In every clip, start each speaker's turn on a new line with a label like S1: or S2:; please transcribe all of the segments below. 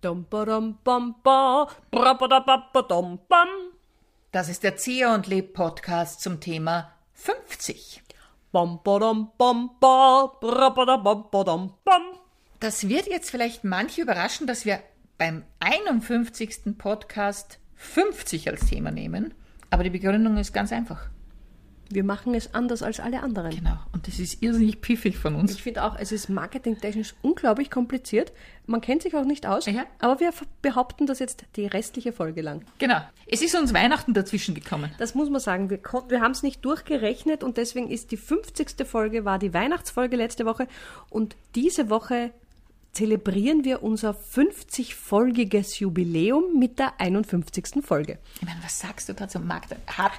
S1: Dum, badum, bum, ba, brabadababadum, bam.
S2: Das ist der Zehe und Leb Podcast zum Thema 50.
S1: Bum, badum, bum, ba, brabadababadum, bam.
S2: Das wird jetzt vielleicht manche überraschen, dass wir beim 51. Podcast 50 als Thema nehmen. Aber die Begründung ist ganz einfach.
S1: Wir machen es anders als alle anderen.
S2: Genau. Und das ist irrsinnig piffig von uns.
S1: Ich finde auch, es ist marketingtechnisch unglaublich kompliziert. Man kennt sich auch nicht aus,
S2: Ja.
S1: aber wir f- behaupten das jetzt die restliche Folge lang.
S2: Genau. Es ist uns Weihnachten dazwischen gekommen.
S1: Das muss man sagen, wir, kon- wir haben es nicht durchgerechnet und deswegen ist die 50. Folge, war die Weihnachtsfolge letzte Woche und diese Woche zelebrieren wir unser 50-folgiges Jubiläum mit der 51. Folge.
S2: Ich meine, was sagst du dazu, Magda? Hat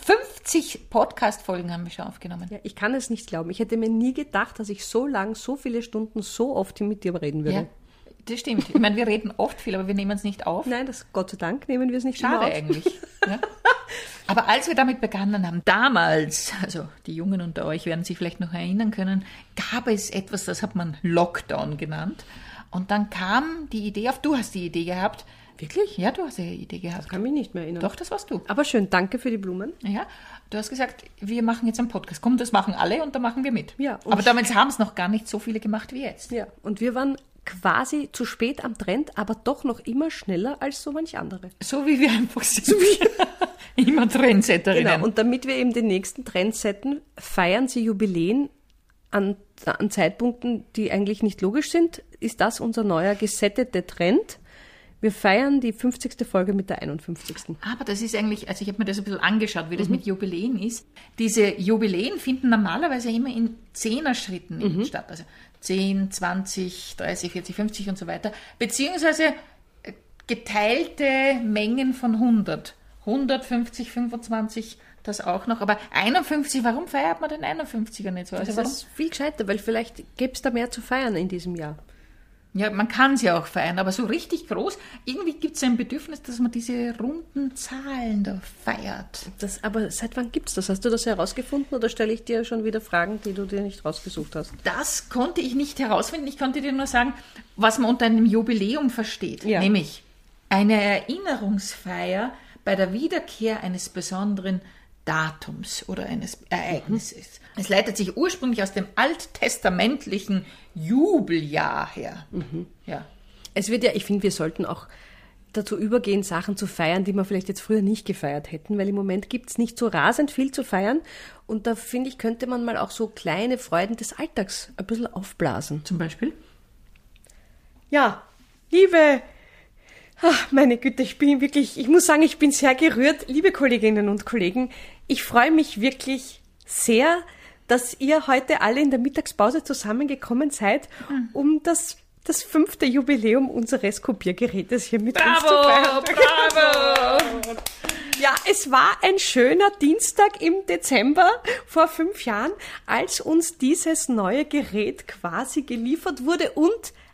S2: 50 Podcast-Folgen haben wir schon aufgenommen.
S1: Ja, ich kann es nicht glauben. Ich hätte mir nie gedacht, dass ich so lang, so viele Stunden, so oft mit dir reden würde.
S2: Ja, das stimmt. Ich meine, wir reden oft viel, aber wir nehmen es nicht auf.
S1: Nein, das Gott sei Dank nehmen wir es nicht
S2: Schade
S1: immer auf.
S2: eigentlich. Ja. Aber als wir damit begonnen haben, damals, also die Jungen unter euch werden sich vielleicht noch erinnern können, gab es etwas, das hat man Lockdown genannt. Und dann kam die Idee auf, du hast die Idee gehabt. Wirklich? Ja, du hast die Idee gehabt.
S1: Kann mich nicht mehr erinnern.
S2: Doch, das warst du.
S1: Aber schön, danke für die Blumen.
S2: Ja, du hast gesagt, wir machen jetzt einen Podcast. Komm, das machen alle und da machen wir mit.
S1: Ja, und-
S2: Aber damals haben es noch gar nicht so viele gemacht wie jetzt.
S1: Ja, und wir waren quasi zu spät am Trend, aber doch noch immer schneller als so manch andere.
S2: So wie wir einfach sind. Immer Trendsetterinnen.
S1: Genau, und damit wir eben den nächsten Trend setzen, feiern sie Jubiläen an, an Zeitpunkten, die eigentlich nicht logisch sind, ist das unser neuer gesätteter Trend. Wir feiern die 50. Folge mit der 51.
S2: Aber das ist eigentlich, also ich habe mir das ein bisschen angeschaut, wie das mit Jubiläen ist. Diese Jubiläen finden normalerweise immer in Zehner-Schritten eben statt. Also 10, 20, 30, 40, 50 und so weiter. Beziehungsweise äh, geteilte Mengen von 100. 150, 25, das auch noch. Aber 51, warum feiert man den 51er nicht so? Also
S1: Das
S2: warum?
S1: ist viel gescheiter, weil vielleicht gäbe es da mehr zu feiern in diesem Jahr.
S2: Ja, man kann es ja auch feiern, aber so richtig groß. Irgendwie gibt es ein Bedürfnis, dass man diese runden Zahlen da feiert.
S1: Das, aber seit wann gibt's das? Hast du das herausgefunden oder stelle ich dir schon wieder Fragen, die du dir nicht rausgesucht hast?
S2: Das konnte ich nicht herausfinden. Ich konnte dir nur sagen, was man unter einem Jubiläum versteht.
S1: Ja.
S2: Nämlich eine Erinnerungsfeier bei der Wiederkehr eines besonderen Datums oder eines Ereignisses. Es leitet sich ursprünglich aus dem alttestamentlichen Jubeljahr her. Ja.
S1: Es wird ja, ich finde, wir sollten auch dazu übergehen, Sachen zu feiern, die wir vielleicht jetzt früher nicht gefeiert hätten, weil im Moment gibt's nicht so rasend viel zu feiern. Und da finde ich, könnte man mal auch so kleine Freuden des Alltags ein bisschen aufblasen.
S2: Zum Beispiel?
S1: Ja, liebe, ach, meine Güte, ich bin wirklich, ich muss sagen, ich bin sehr gerührt, liebe Kolleginnen und Kollegen. Ich freue mich wirklich sehr, dass ihr heute alle in der Mittagspause zusammengekommen seid, um das, das fünfte Jubiläum unseres Kopiergerätes hier mit uns zu feiern.
S2: bravo!
S1: Ja, es war ein schöner Dienstag im Dezember vor fünf Jahren, als uns dieses neue Gerät quasi geliefert wurde und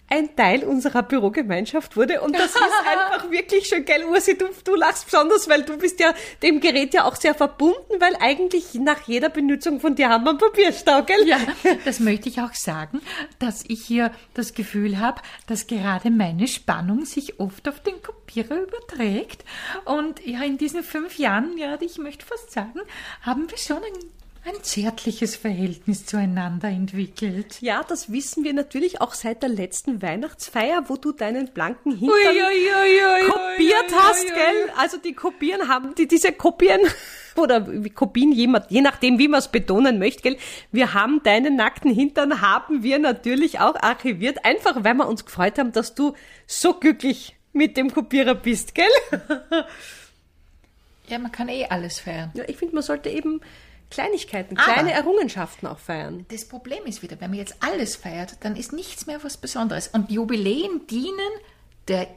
S1: ein Teil unserer Bürogemeinschaft wurde. Und das ist einfach wirklich schön, gell, Ursi, du, du lachst besonders, weil du bist ja dem Gerät ja auch sehr verbunden, weil eigentlich nach jeder Benutzung von dir haben wir einen Papierstau, gell?
S2: Ja, das möchte ich auch sagen, dass ich hier das Gefühl habe, dass gerade meine Spannung sich oft auf den Kopierer überträgt. Und ja, in diesen fünf Jahren, ja, ich möchte fast sagen, haben wir schon ein, ein zärtliches Verhältnis zueinander entwickelt.
S1: Ja, das wissen wir natürlich auch seit der letzten Weihnachtsfeier, wo du deinen blanken Hintern
S2: Uiuiuiui.
S1: kopiert hast, gell? Also die kopieren haben, die diese kopieren oder wie kopieren jemand, je nachdem, wie man es betonen möchte, gell? Wir haben deinen nackten Hintern, haben wir natürlich auch archiviert, einfach weil wir uns gefreut haben, dass du so glücklich mit dem Kopierer bist, gell?
S2: Ja, man kann eh alles feiern.
S1: Ja, ich finde, man sollte eben Kleinigkeiten,
S2: Aber-
S1: kleine Errungenschaften auch feiern.
S2: Das Problem ist wieder, wenn man jetzt alles feiert, dann ist nichts mehr was Besonderes. Und Jubiläen dienen der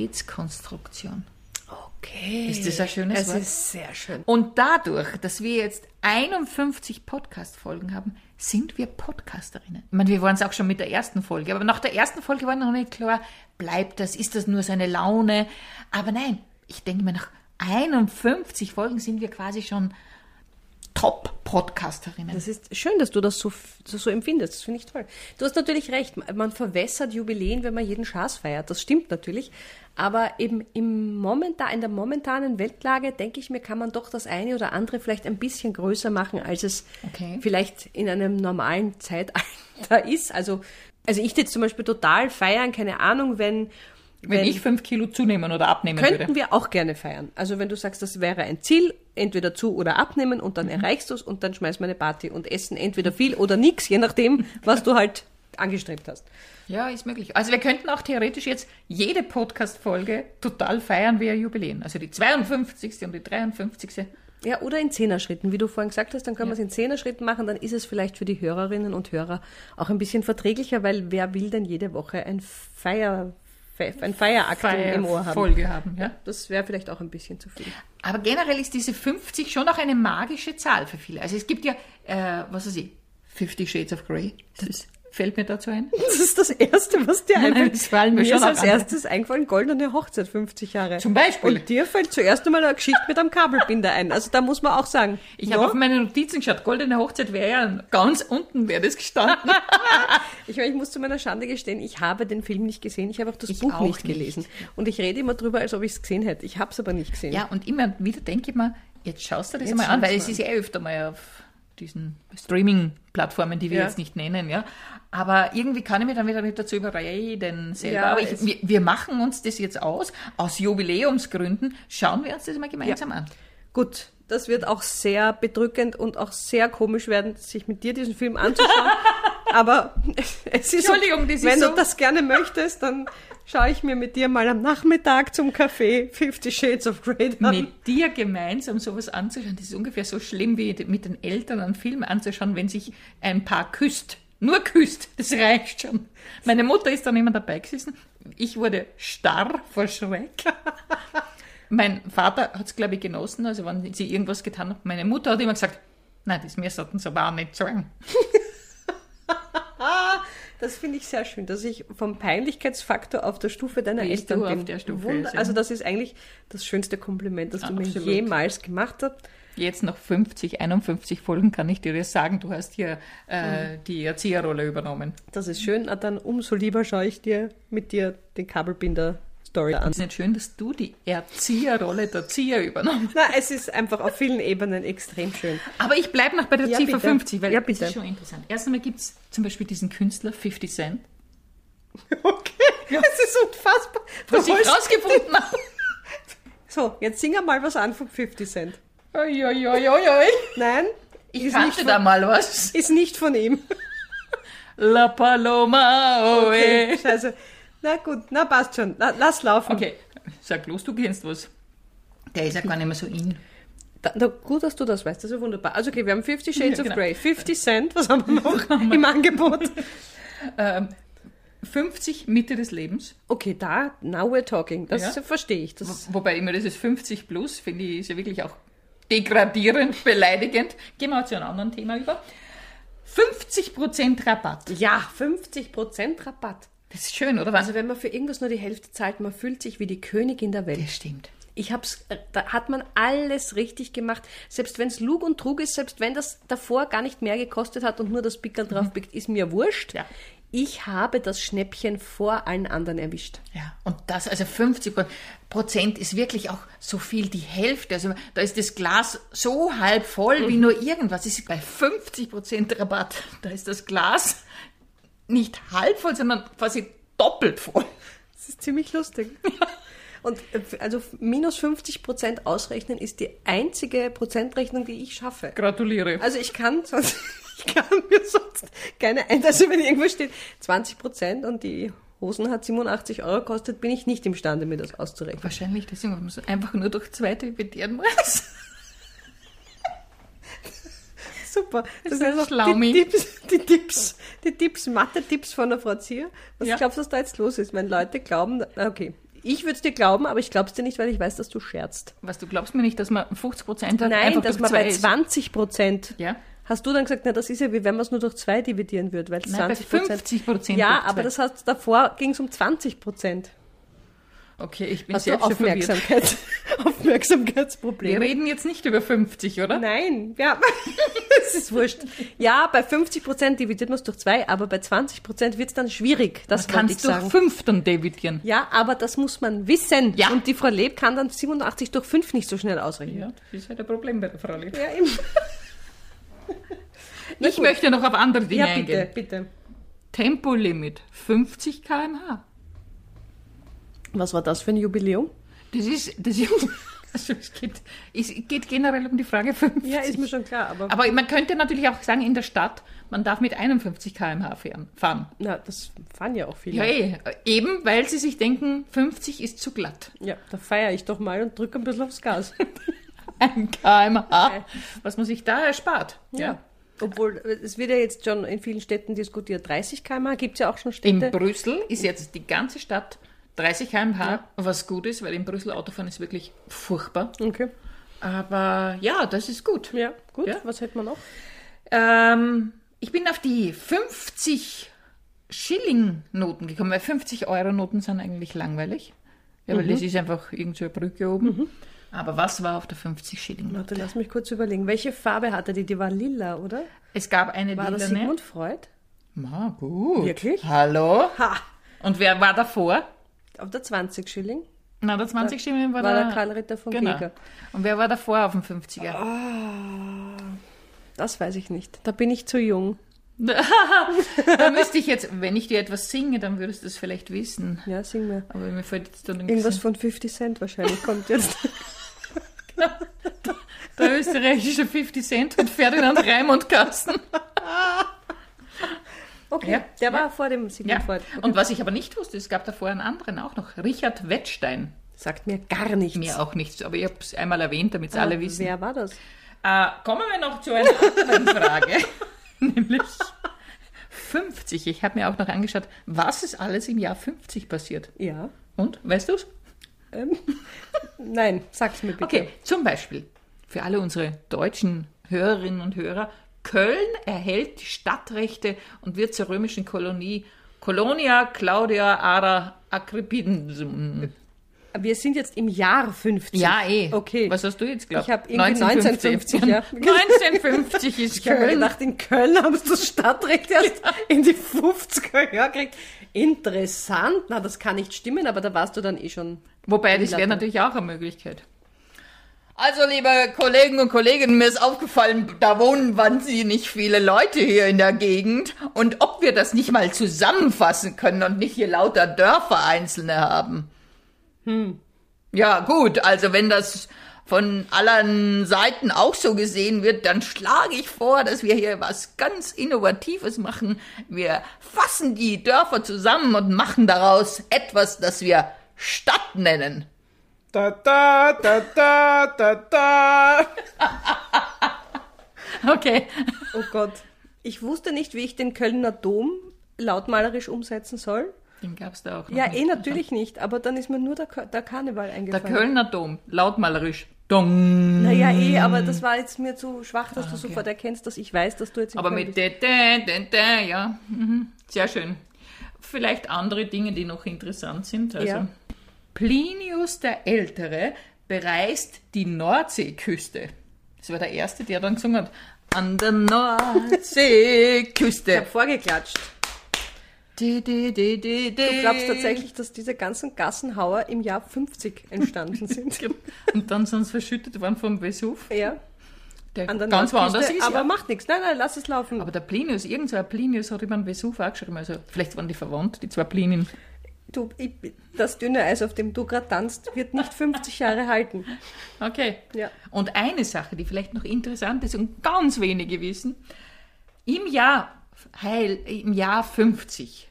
S2: Identitätskonstruktion.
S1: Okay.
S2: Ist das ein schönes
S1: es
S2: Wort?
S1: ist sehr schön.
S2: Und dadurch, dass wir jetzt 51 Podcast-Folgen haben, sind wir Podcasterinnen. Ich meine, wir waren es auch schon mit der ersten Folge, aber nach der ersten Folge war noch nicht klar, bleibt das, ist das nur so eine Laune? Aber nein, ich denke mir, nach 51 Folgen sind wir quasi schon Top-Podcasterinnen.
S1: Das ist schön, dass du das so, so, so empfindest. Das finde ich toll. Du hast natürlich recht. Man verwässert Jubiläen, wenn man jeden Schaß feiert. Das stimmt natürlich. Aber eben im momentan, in der momentanen Weltlage, denke ich mir, kann man doch das eine oder andere vielleicht ein bisschen größer machen, als es
S2: Okay.
S1: vielleicht in einem normalen Zeitalter ist. Also, also ich jetzt zum Beispiel total feiern, keine Ahnung, wenn,
S2: Wenn ich fünf Kilo zunehmen oder abnehmen
S1: Könnten
S2: würde.
S1: wir auch gerne feiern. Also wenn du sagst, das wäre ein Ziel, entweder zu oder abnehmen und dann erreichst du es und dann schmeißt man eine Party und essen entweder viel oder nichts, je nachdem, was du halt angestrebt hast.
S2: Ja, ist möglich. Also wir könnten auch theoretisch jetzt jede Podcast-Folge total feiern wie ein Jubiläen. Also die 52. und die 53.
S1: Ja, oder in Zehner-Schritten, wie du vorhin gesagt hast, dann können wir es in Zehner-Schritten machen, dann ist es vielleicht für die Hörerinnen und Hörer auch ein bisschen verträglicher, weil wer will denn jede Woche ein Feier, Fe- ein Feierakt
S2: Feier-
S1: im Ohr haben?
S2: Folge haben. Ja?
S1: Das wäre vielleicht auch ein bisschen zu viel.
S2: Aber generell ist diese 50 schon auch eine magische Zahl für viele. Also es gibt ja, äh, was weiß ich, 50 Shades of Grey. Das ist, fällt mir dazu ein.
S1: Das ist das Erste, was dir einfällt.
S2: das fallen mir
S1: mir
S2: schon
S1: ist
S2: auch
S1: als
S2: an.
S1: erstes eingefallen, goldene Hochzeit, 50 Jahre.
S2: Zum Beispiel.
S1: Und dir fällt zuerst einmal eine Geschichte mit einem Kabelbinder ein. Also da muss man auch sagen.
S2: Ich
S1: ja,
S2: habe auf meine Notizen geschaut, goldene Hochzeit wäre ja ganz unten, wäre das gestanden.
S1: ich, meine, ich muss zu meiner Schande gestehen, ich habe den Film nicht gesehen, ich habe auch das
S2: Ich
S1: Buch
S2: auch
S1: nicht
S2: nicht.
S1: gelesen. Und ich rede immer drüber, als ob ich es gesehen hätte. Ich habe es aber nicht gesehen.
S2: ja, und immer wieder denke ich mir, jetzt schaust du das
S1: Jetzt
S2: mal an,
S1: schau's
S2: weil es
S1: mal
S2: ist ja öfter mal auf diesen Streaming-Plattformen, die wir
S1: Ja.
S2: jetzt nicht nennen, ja. Aber irgendwie kann ich mich dann wieder nicht dazu überreden selber.
S1: Ja,
S2: Aber ich,
S1: es-
S2: wir, wir machen uns das jetzt aus, aus Jubiläumsgründen, schauen wir uns das mal gemeinsam an.
S1: Gut, das wird auch sehr bedrückend und auch sehr komisch werden, sich mit dir diesen Film anzuschauen. Aber es ist
S2: Entschuldigung, das ist
S1: wenn
S2: so.
S1: du das gerne möchtest, dann schaue ich mir mit dir mal am Nachmittag zum Kaffee Fifty Shades of Grey an.
S2: mit dir gemeinsam sowas anzuschauen, das ist ungefähr so schlimm wie mit den Eltern einen Film anzuschauen, wenn sich ein Paar küsst. Nur küsst, das reicht schon. Meine Mutter ist dann immer dabei gesessen. Ich wurde starr vor Schreck. Mein Vater hat es, glaube ich, genossen, also wenn sie irgendwas getan hat. Meine Mutter hat immer gesagt, nein, das mir sollten so war nicht sagen.
S1: Das finde ich sehr schön, dass ich vom Peinlichkeitsfaktor auf der Stufe deiner
S2: Bist
S1: Eltern
S2: du auf
S1: bin.
S2: der Stufe,
S1: Wunder,
S2: sehr.
S1: also das ist eigentlich das schönste Kompliment, das du mir
S2: Absolut.
S1: jemals gemacht hast.
S2: Jetzt nach 50, 51 Folgen kann ich dir das sagen, du hast hier äh, die Erzieherrolle übernommen.
S1: Das ist schön. Na, Dann umso lieber schaue ich dir mit dir den Kabelbinder Story an.
S2: Ist nicht schön, dass du die Erzieherrolle der Zier übernommen
S1: Na, es ist einfach auf vielen Ebenen extrem schön.
S2: hast. Aber ich bleibe noch bei der
S1: Ja,
S2: Ziffer
S1: bitte.
S2: 50, weil
S1: Ja,
S2: das
S1: bitte.
S2: ist schon interessant. Erst einmal gibt es zum Beispiel diesen Künstler 50 Cent,
S1: Okay, es ist unfassbar. Du
S2: was ich
S1: holst-
S2: rausgefunden habe.
S1: so, jetzt sing mal was an von 50 Cent.
S2: Oi, oi, oi, oi, oi.
S1: Nein,
S2: Ich
S1: ist,
S2: kannte
S1: nicht von,
S2: da mal was.
S1: ist nicht von ihm.
S2: La Paloma, oe.
S1: Okay,
S2: Okay.
S1: scheiße. Na gut, na passt schon. Na, lass laufen.
S2: sag los, du kennst was. Der ist ja gar nicht mehr so in.
S1: Da, da, gut, dass du das weißt, das ist ja wunderbar. Also okay, wir haben 50 Shades
S2: Ja, genau.
S1: of Grey, 50 Cent, was haben wir noch im Angebot?
S2: Ähm, 50 Mitte des Lebens,
S1: Okay, da, now we're talking, das
S2: Ja.
S1: verstehe ich. Das,
S2: wobei immer das ist 50 plus, finde ich, ist ja wirklich auch degradierend, beleidigend. Gehen wir mal zu einem anderen Thema über. 50% Rabatt.
S1: ja, 50% Rabatt.
S2: Das ist schön, oder was?
S1: Also wenn man für irgendwas nur die Hälfte zahlt, man fühlt sich wie die Königin der Welt.
S2: das stimmt.
S1: Ich hab's, äh, da hat man alles richtig gemacht. Selbst wenn es Lug und Trug ist, selbst wenn das davor gar nicht mehr gekostet hat und nur das Pickel draufpickt, ist mir wurscht.
S2: Ja.
S1: Ich habe das Schnäppchen vor allen anderen erwischt.
S2: Ja, und das, also 50 Prozent ist wirklich auch so viel, die Hälfte. Also da ist das Glas so halb voll wie nur irgendwas. Das ist bei 50 Prozent Rabatt. Da ist das Glas nicht halb voll, sondern quasi doppelt voll.
S1: Das ist ziemlich lustig. Und äh, f- also f- minus 50 Prozent ausrechnen ist die einzige Prozentrechnung, die ich schaffe.
S2: Gratuliere.
S1: Also ich kann sonst, ich kann mir sonst keine ein. Also wenn irgendwo steht 20 Prozent und die Hosen hat 87 Euro kostet, bin ich nicht imstande, mir das auszurechnen.
S2: Wahrscheinlich deswegen, weil man es einfach nur durch zwei dividieren muss.
S1: Super. Das,
S2: ist
S1: sind
S2: ein
S1: auch
S2: Schlaumi.
S1: die Tipps, die Tipps, die Tipps, Mathe-Tipps von der Frau Zier. Was
S2: Ja.
S1: glaubst du, was da jetzt los ist? Wenn Leute glauben, na, okay, ich würde es dir glauben, aber ich glaub's dir nicht, weil ich weiß, dass du scherzt.
S2: Was, du glaubst mir nicht, dass man 50 Prozent
S1: Nein, dass man bei
S2: ist?
S1: 20 Prozent.
S2: Ja.
S1: Hast du dann gesagt, na, das ist ja wie wenn man es nur durch zwei dividieren würde, weil es
S2: Nein, bei
S1: 20 Prozent.
S2: 50%
S1: Ja,
S2: durch zwei.
S1: aber das heißt, davor ging es um 20 Prozent.
S2: Okay, ich bin
S1: Hast
S2: sehr
S1: du
S2: verwirrt.
S1: Aufmerksamkeit? Aufmerksamkeitsproblem.
S2: Wir reden jetzt nicht über 50, oder?
S1: Nein, ja, es ist wurscht. Ja, bei 50% dividiert man es durch zwei, aber bei 20% wird es dann schwierig. Das
S2: Man
S1: kann
S2: kann's
S1: ich sagen.
S2: durch fünf dann dividieren.
S1: Ja, aber das muss man wissen.
S2: Ja.
S1: Und die Frau Leb kann dann 87 durch 5 nicht so schnell ausrechnen.
S2: Ja, das ist halt ein Problem bei der Frau Lieb.
S1: Ja, eben.
S2: Ich möchte noch auf andere Dinge
S1: ja bitte,
S2: eingehen.
S1: bitte.
S2: Tempolimit 50 km/h.
S1: Was war das für ein Jubiläum?
S2: Das ist, das ist, also es geht, es geht generell um die Frage 50.
S1: Ja, ist mir schon klar, aber,
S2: Aber man könnte natürlich auch sagen, in der Stadt, man darf mit 51 km/h fähren- fahren.
S1: na, das fahren ja auch viele.
S2: Ja, eh. Eben, weil sie sich denken, 50 ist zu glatt.
S1: Ja, da feiere ich doch mal und drücke ein bisschen aufs Gas.
S2: Ein kmh, was man sich da erspart.
S1: Obwohl, es wird ja jetzt schon in vielen Städten diskutiert, 30 km/h gibt es ja auch schon
S2: In
S1: Städte.
S2: Brüssel ist jetzt die ganze Stadt 30 km/h, was gut ist, weil in Brüssel Autofahren ist wirklich furchtbar.
S1: Okay.
S2: Aber ja, das ist gut.
S1: Ja, gut,
S2: Ja.
S1: was hätte man noch?
S2: Ähm, ich bin auf die 50 Schilling-Noten gekommen, weil 50 Euro-Noten sind eigentlich langweilig. Ja,
S1: Mhm.
S2: weil das ist einfach irgend so eine Brücke oben. Aber was war auf der 50 Schilling-Note?
S1: Warte, lass mich kurz überlegen. Welche Farbe hatte die? Die war lila, oder?
S2: Es gab eine
S1: War das
S2: lilane.
S1: Sigmund Freud?
S2: Na gut.
S1: Wirklich?
S2: Hallo?
S1: Ha!
S2: Und wer war davor?
S1: Auf der 20 Schilling
S2: Na, der 20 Schilling war,
S1: war
S2: der,
S1: der Karl Ritter von
S2: Genau.
S1: Beker.
S2: Und wer war davor auf dem 50er?
S1: Ah, Das weiß ich nicht. Da bin ich zu jung.
S2: da müsste ich jetzt, wenn ich dir etwas singe, dann würdest du es vielleicht wissen.
S1: Ja, sing mir.
S2: Aber mir fällt jetzt dann
S1: Irgendwas von 50 Cent wahrscheinlich kommt jetzt.
S2: Der österreichische 50 Cent und Ferdinand Raimund Carsten.
S1: Okay,
S2: Ja,
S1: der war vor dem Sigmund
S2: Ja.
S1: Freud.
S2: Und was ich aber nicht wusste, es gab davor einen anderen auch noch, Richard Wettstein.
S1: Sagt mir gar nichts.
S2: Mir auch nichts, aber ich habe es einmal erwähnt, damit es alle wissen.
S1: Ah, Wer war das?
S2: Äh, kommen wir noch zu einer anderen Frage, nämlich 50. Ich habe mir auch noch angeschaut, was ist alles im Jahr 50 passiert.
S1: Ja.
S2: Und, weißt du's?
S1: Ähm, nein, sag's mir bitte.
S2: Okay, zum Beispiel, für alle unsere deutschen Hörerinnen und Hörer, Köln erhält die Stadtrechte und wird zur römischen Kolonie Colonia Claudia Ara Agrippidum.
S1: Wir sind jetzt im Jahr 50.
S2: Ja, eh.
S1: Okay.
S2: Was hast du jetzt glaubt?
S1: Ich hab irgendwie 1950, ja.
S2: 1950 ist
S1: ich habe
S2: Köln.
S1: gedacht, in Köln haben sie das Stadtrecht erst in die 50er Jahre gekriegt. Interessant. Na, das kann nicht stimmen, aber da warst du dann eh schon.
S2: Wobei, das wäre natürlich auch eine Möglichkeit. Also, liebe Kollegen und Kolleginnen, mir ist aufgefallen, da wohnen wahnsinnig viele Leute hier in der Gegend. Und ob wir das nicht mal zusammenfassen können und nicht hier lauter Dörfer einzelne haben. Hm. Ja, gut, also wenn das von allen Seiten auch so gesehen wird, dann schlage ich vor, dass wir hier was ganz Innovatives machen. Wir fassen die Dörfer zusammen und machen daraus etwas, das wir Stadt nennen.
S3: Da da da da da da.
S2: Okay.
S1: Oh Gott. Ich wusste nicht, wie ich den Kölner Dom lautmalerisch umsetzen soll.
S2: Den gab's da auch noch.
S1: Ja,
S2: nicht.
S1: eh natürlich nicht, aber dann ist mir nur der, Kö- der Karneval
S2: Der
S1: eingefallen.
S2: Kölner Dom, lautmalerisch. Dong.
S1: Naja, eh, aber das war jetzt mir zu schwach,
S3: Ah,
S1: dass du
S2: okay.
S1: sofort erkennst, dass ich weiß, dass du jetzt in
S2: Aber
S1: Köln
S2: mit
S1: bist.
S2: de, de, de, de, ja. Mhm. Sehr schön. Vielleicht andere Dinge, die noch interessant sind. Also.
S1: Ja.
S2: Plinius der Ältere bereist die Nordseeküste. Das war der Erste, der dann gesungen hat. An der
S1: Ich habe
S2: Nordseeküste.
S1: vorgeklatscht. Du
S2: Du glaubst
S1: glaubst tatsächlich, dass diese ganzen Gassenhauer im Jahr 50 entstanden sind.
S2: Genau. Und dann sind sie verschüttet worden vom Vesuv,
S1: ja,
S2: der
S1: an der
S2: ganz woanders
S1: Nordküste,
S2: ist.
S1: aber
S2: ja.
S1: macht nichts. Nein, nein, lass es laufen.
S2: Aber der Plinius, irgendein Plinius hat immer einen Vesuv angeschrieben. Also vielleicht waren die verwandt, die zwei Plinien.
S1: Du, ich, das dünne Eis, auf dem du gerade tanzt, wird nicht 50 Jahre halten.
S2: Okay.
S1: Ja.
S2: Und eine Sache, die vielleicht noch interessant ist und ganz wenige wissen. Im Jahr, Heil, im Jahr 50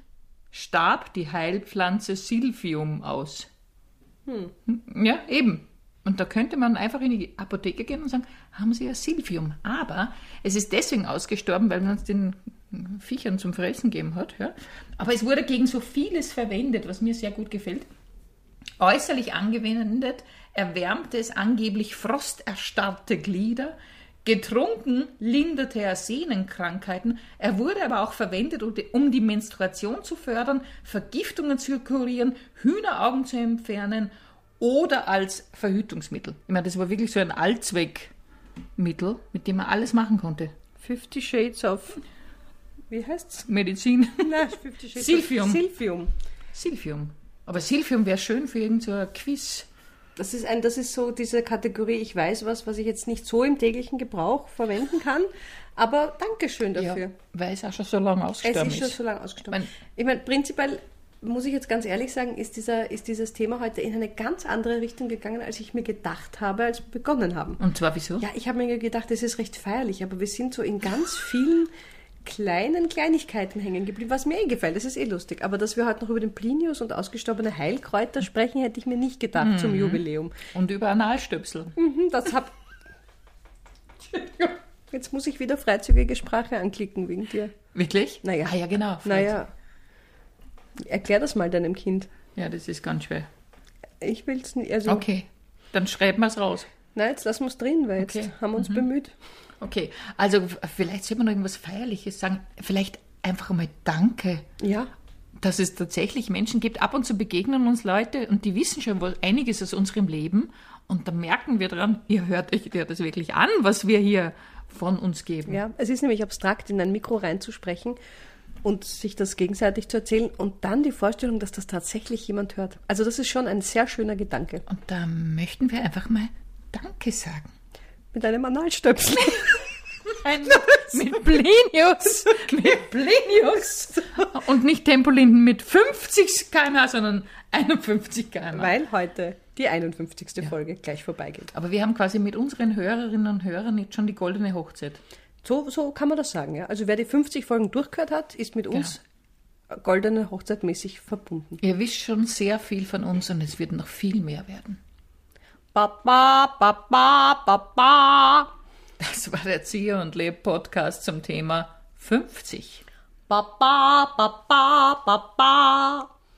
S2: starb die Heilpflanze Silphium aus. Hm, Ja, eben. Und da könnte man einfach in die Apotheke gehen und sagen, haben Sie ja Silphium. Aber es ist deswegen ausgestorben, weil man es den Viechern zum Fressen gegeben hat. Ja. Aber es wurde gegen so vieles verwendet, was mir sehr gut gefällt. Äußerlich angewendet erwärmte es angeblich frosterstarrte Glieder. Getrunken linderte er Sehnenkrankheiten. Er wurde aber auch verwendet, um die- um die Menstruation zu fördern, Vergiftungen zu kurieren, Hühneraugen zu entfernen oder als Verhütungsmittel. Ich meine, das war wirklich so ein Allzweckmittel, mit dem man alles machen konnte.
S1: Fifty Shades of. Wie heißt's?
S2: Medizin.
S1: Nein, Fifty Shades
S2: Silphium.
S1: of. Silphium.
S2: Silphium. Aber Silphium wäre schön für irgendein so Quiz.
S1: Das ist, ein, das ist so diese Kategorie, ich weiß was, was ich jetzt nicht so im täglichen Gebrauch verwenden kann, aber Dankeschön dafür.
S2: weil es auch schon so lange
S1: Es
S2: ausgestorben
S1: ist
S2: ist.
S1: schon so lange ausgestorben.
S2: Ich
S1: Ich meine, prinzipiell muss ich jetzt ganz ehrlich sagen, ist, dieser, ist dieses Thema heute in eine ganz andere Richtung gegangen, als ich mir gedacht habe, als wir begonnen haben.
S2: Und zwar wieso?
S1: Ja, ich habe mir gedacht, es ist recht feierlich, aber wir sind so in ganz vielen kleinen Kleinigkeiten hängen geblieben, was mir eh gefällt. Das ist eh lustig. Aber dass wir heute noch über den Plinius und ausgestorbene Heilkräuter sprechen, hätte ich mir nicht gedacht zum Jubiläum.
S2: Und über Analstöpsel.
S1: Mhm, Das hab. Jetzt muss ich wieder freizügige Sprache anklicken wegen dir.
S2: Wirklich?
S1: Naja.
S2: Ah ja, genau.
S1: Naja. Erklär das mal deinem Kind.
S2: Ja, das ist ganz schwer.
S1: Ich will's nicht. Also,
S2: Okay, dann schreiben wir es raus.
S1: Nein, jetzt lassen wir es drin, weil jetzt
S2: Okay. Mhm.
S1: haben wir uns bemüht.
S2: Okay, also f- vielleicht sollte man noch irgendwas Feierliches sagen. Vielleicht einfach mal Danke,
S1: Ja.
S2: dass es tatsächlich Menschen gibt. Ab und zu begegnen uns Leute und die wissen schon wohl einiges aus unserem Leben. Und da merken wir dran, ihr hört euch ja das wirklich an, was wir hier von uns geben.
S1: Ja, es ist nämlich abstrakt, in ein Mikro reinzusprechen und sich das gegenseitig zu erzählen und dann die Vorstellung, dass das tatsächlich jemand hört. Also das ist schon ein sehr schöner Gedanke.
S2: Und da möchten wir einfach mal Danke sagen.
S1: Mit einem Analstöpsel.
S2: Ein, mit Plinius. Mit Plinius. Und nicht Tempolinden mit 50 km/h, sondern 51 km/h.
S1: weil heute die 51. Folge gleich vorbeigeht.
S2: Aber wir haben quasi mit unseren Hörerinnen und Hörern jetzt schon die goldene Hochzeit.
S1: So, so kann man das sagen. Ja? Also wer die 50 Folgen durchgehört hat, ist mit
S2: Genau.
S1: uns äh, goldene Hochzeit mäßig verbunden.
S2: Ihr wisst schon sehr viel von uns und es wird noch viel mehr werden.
S1: Ba, ba, ba, ba, ba, ba.
S2: Das war der Zieher und Leb Podcast zum Thema 50.
S1: Ba, ba, ba, ba, ba, ba.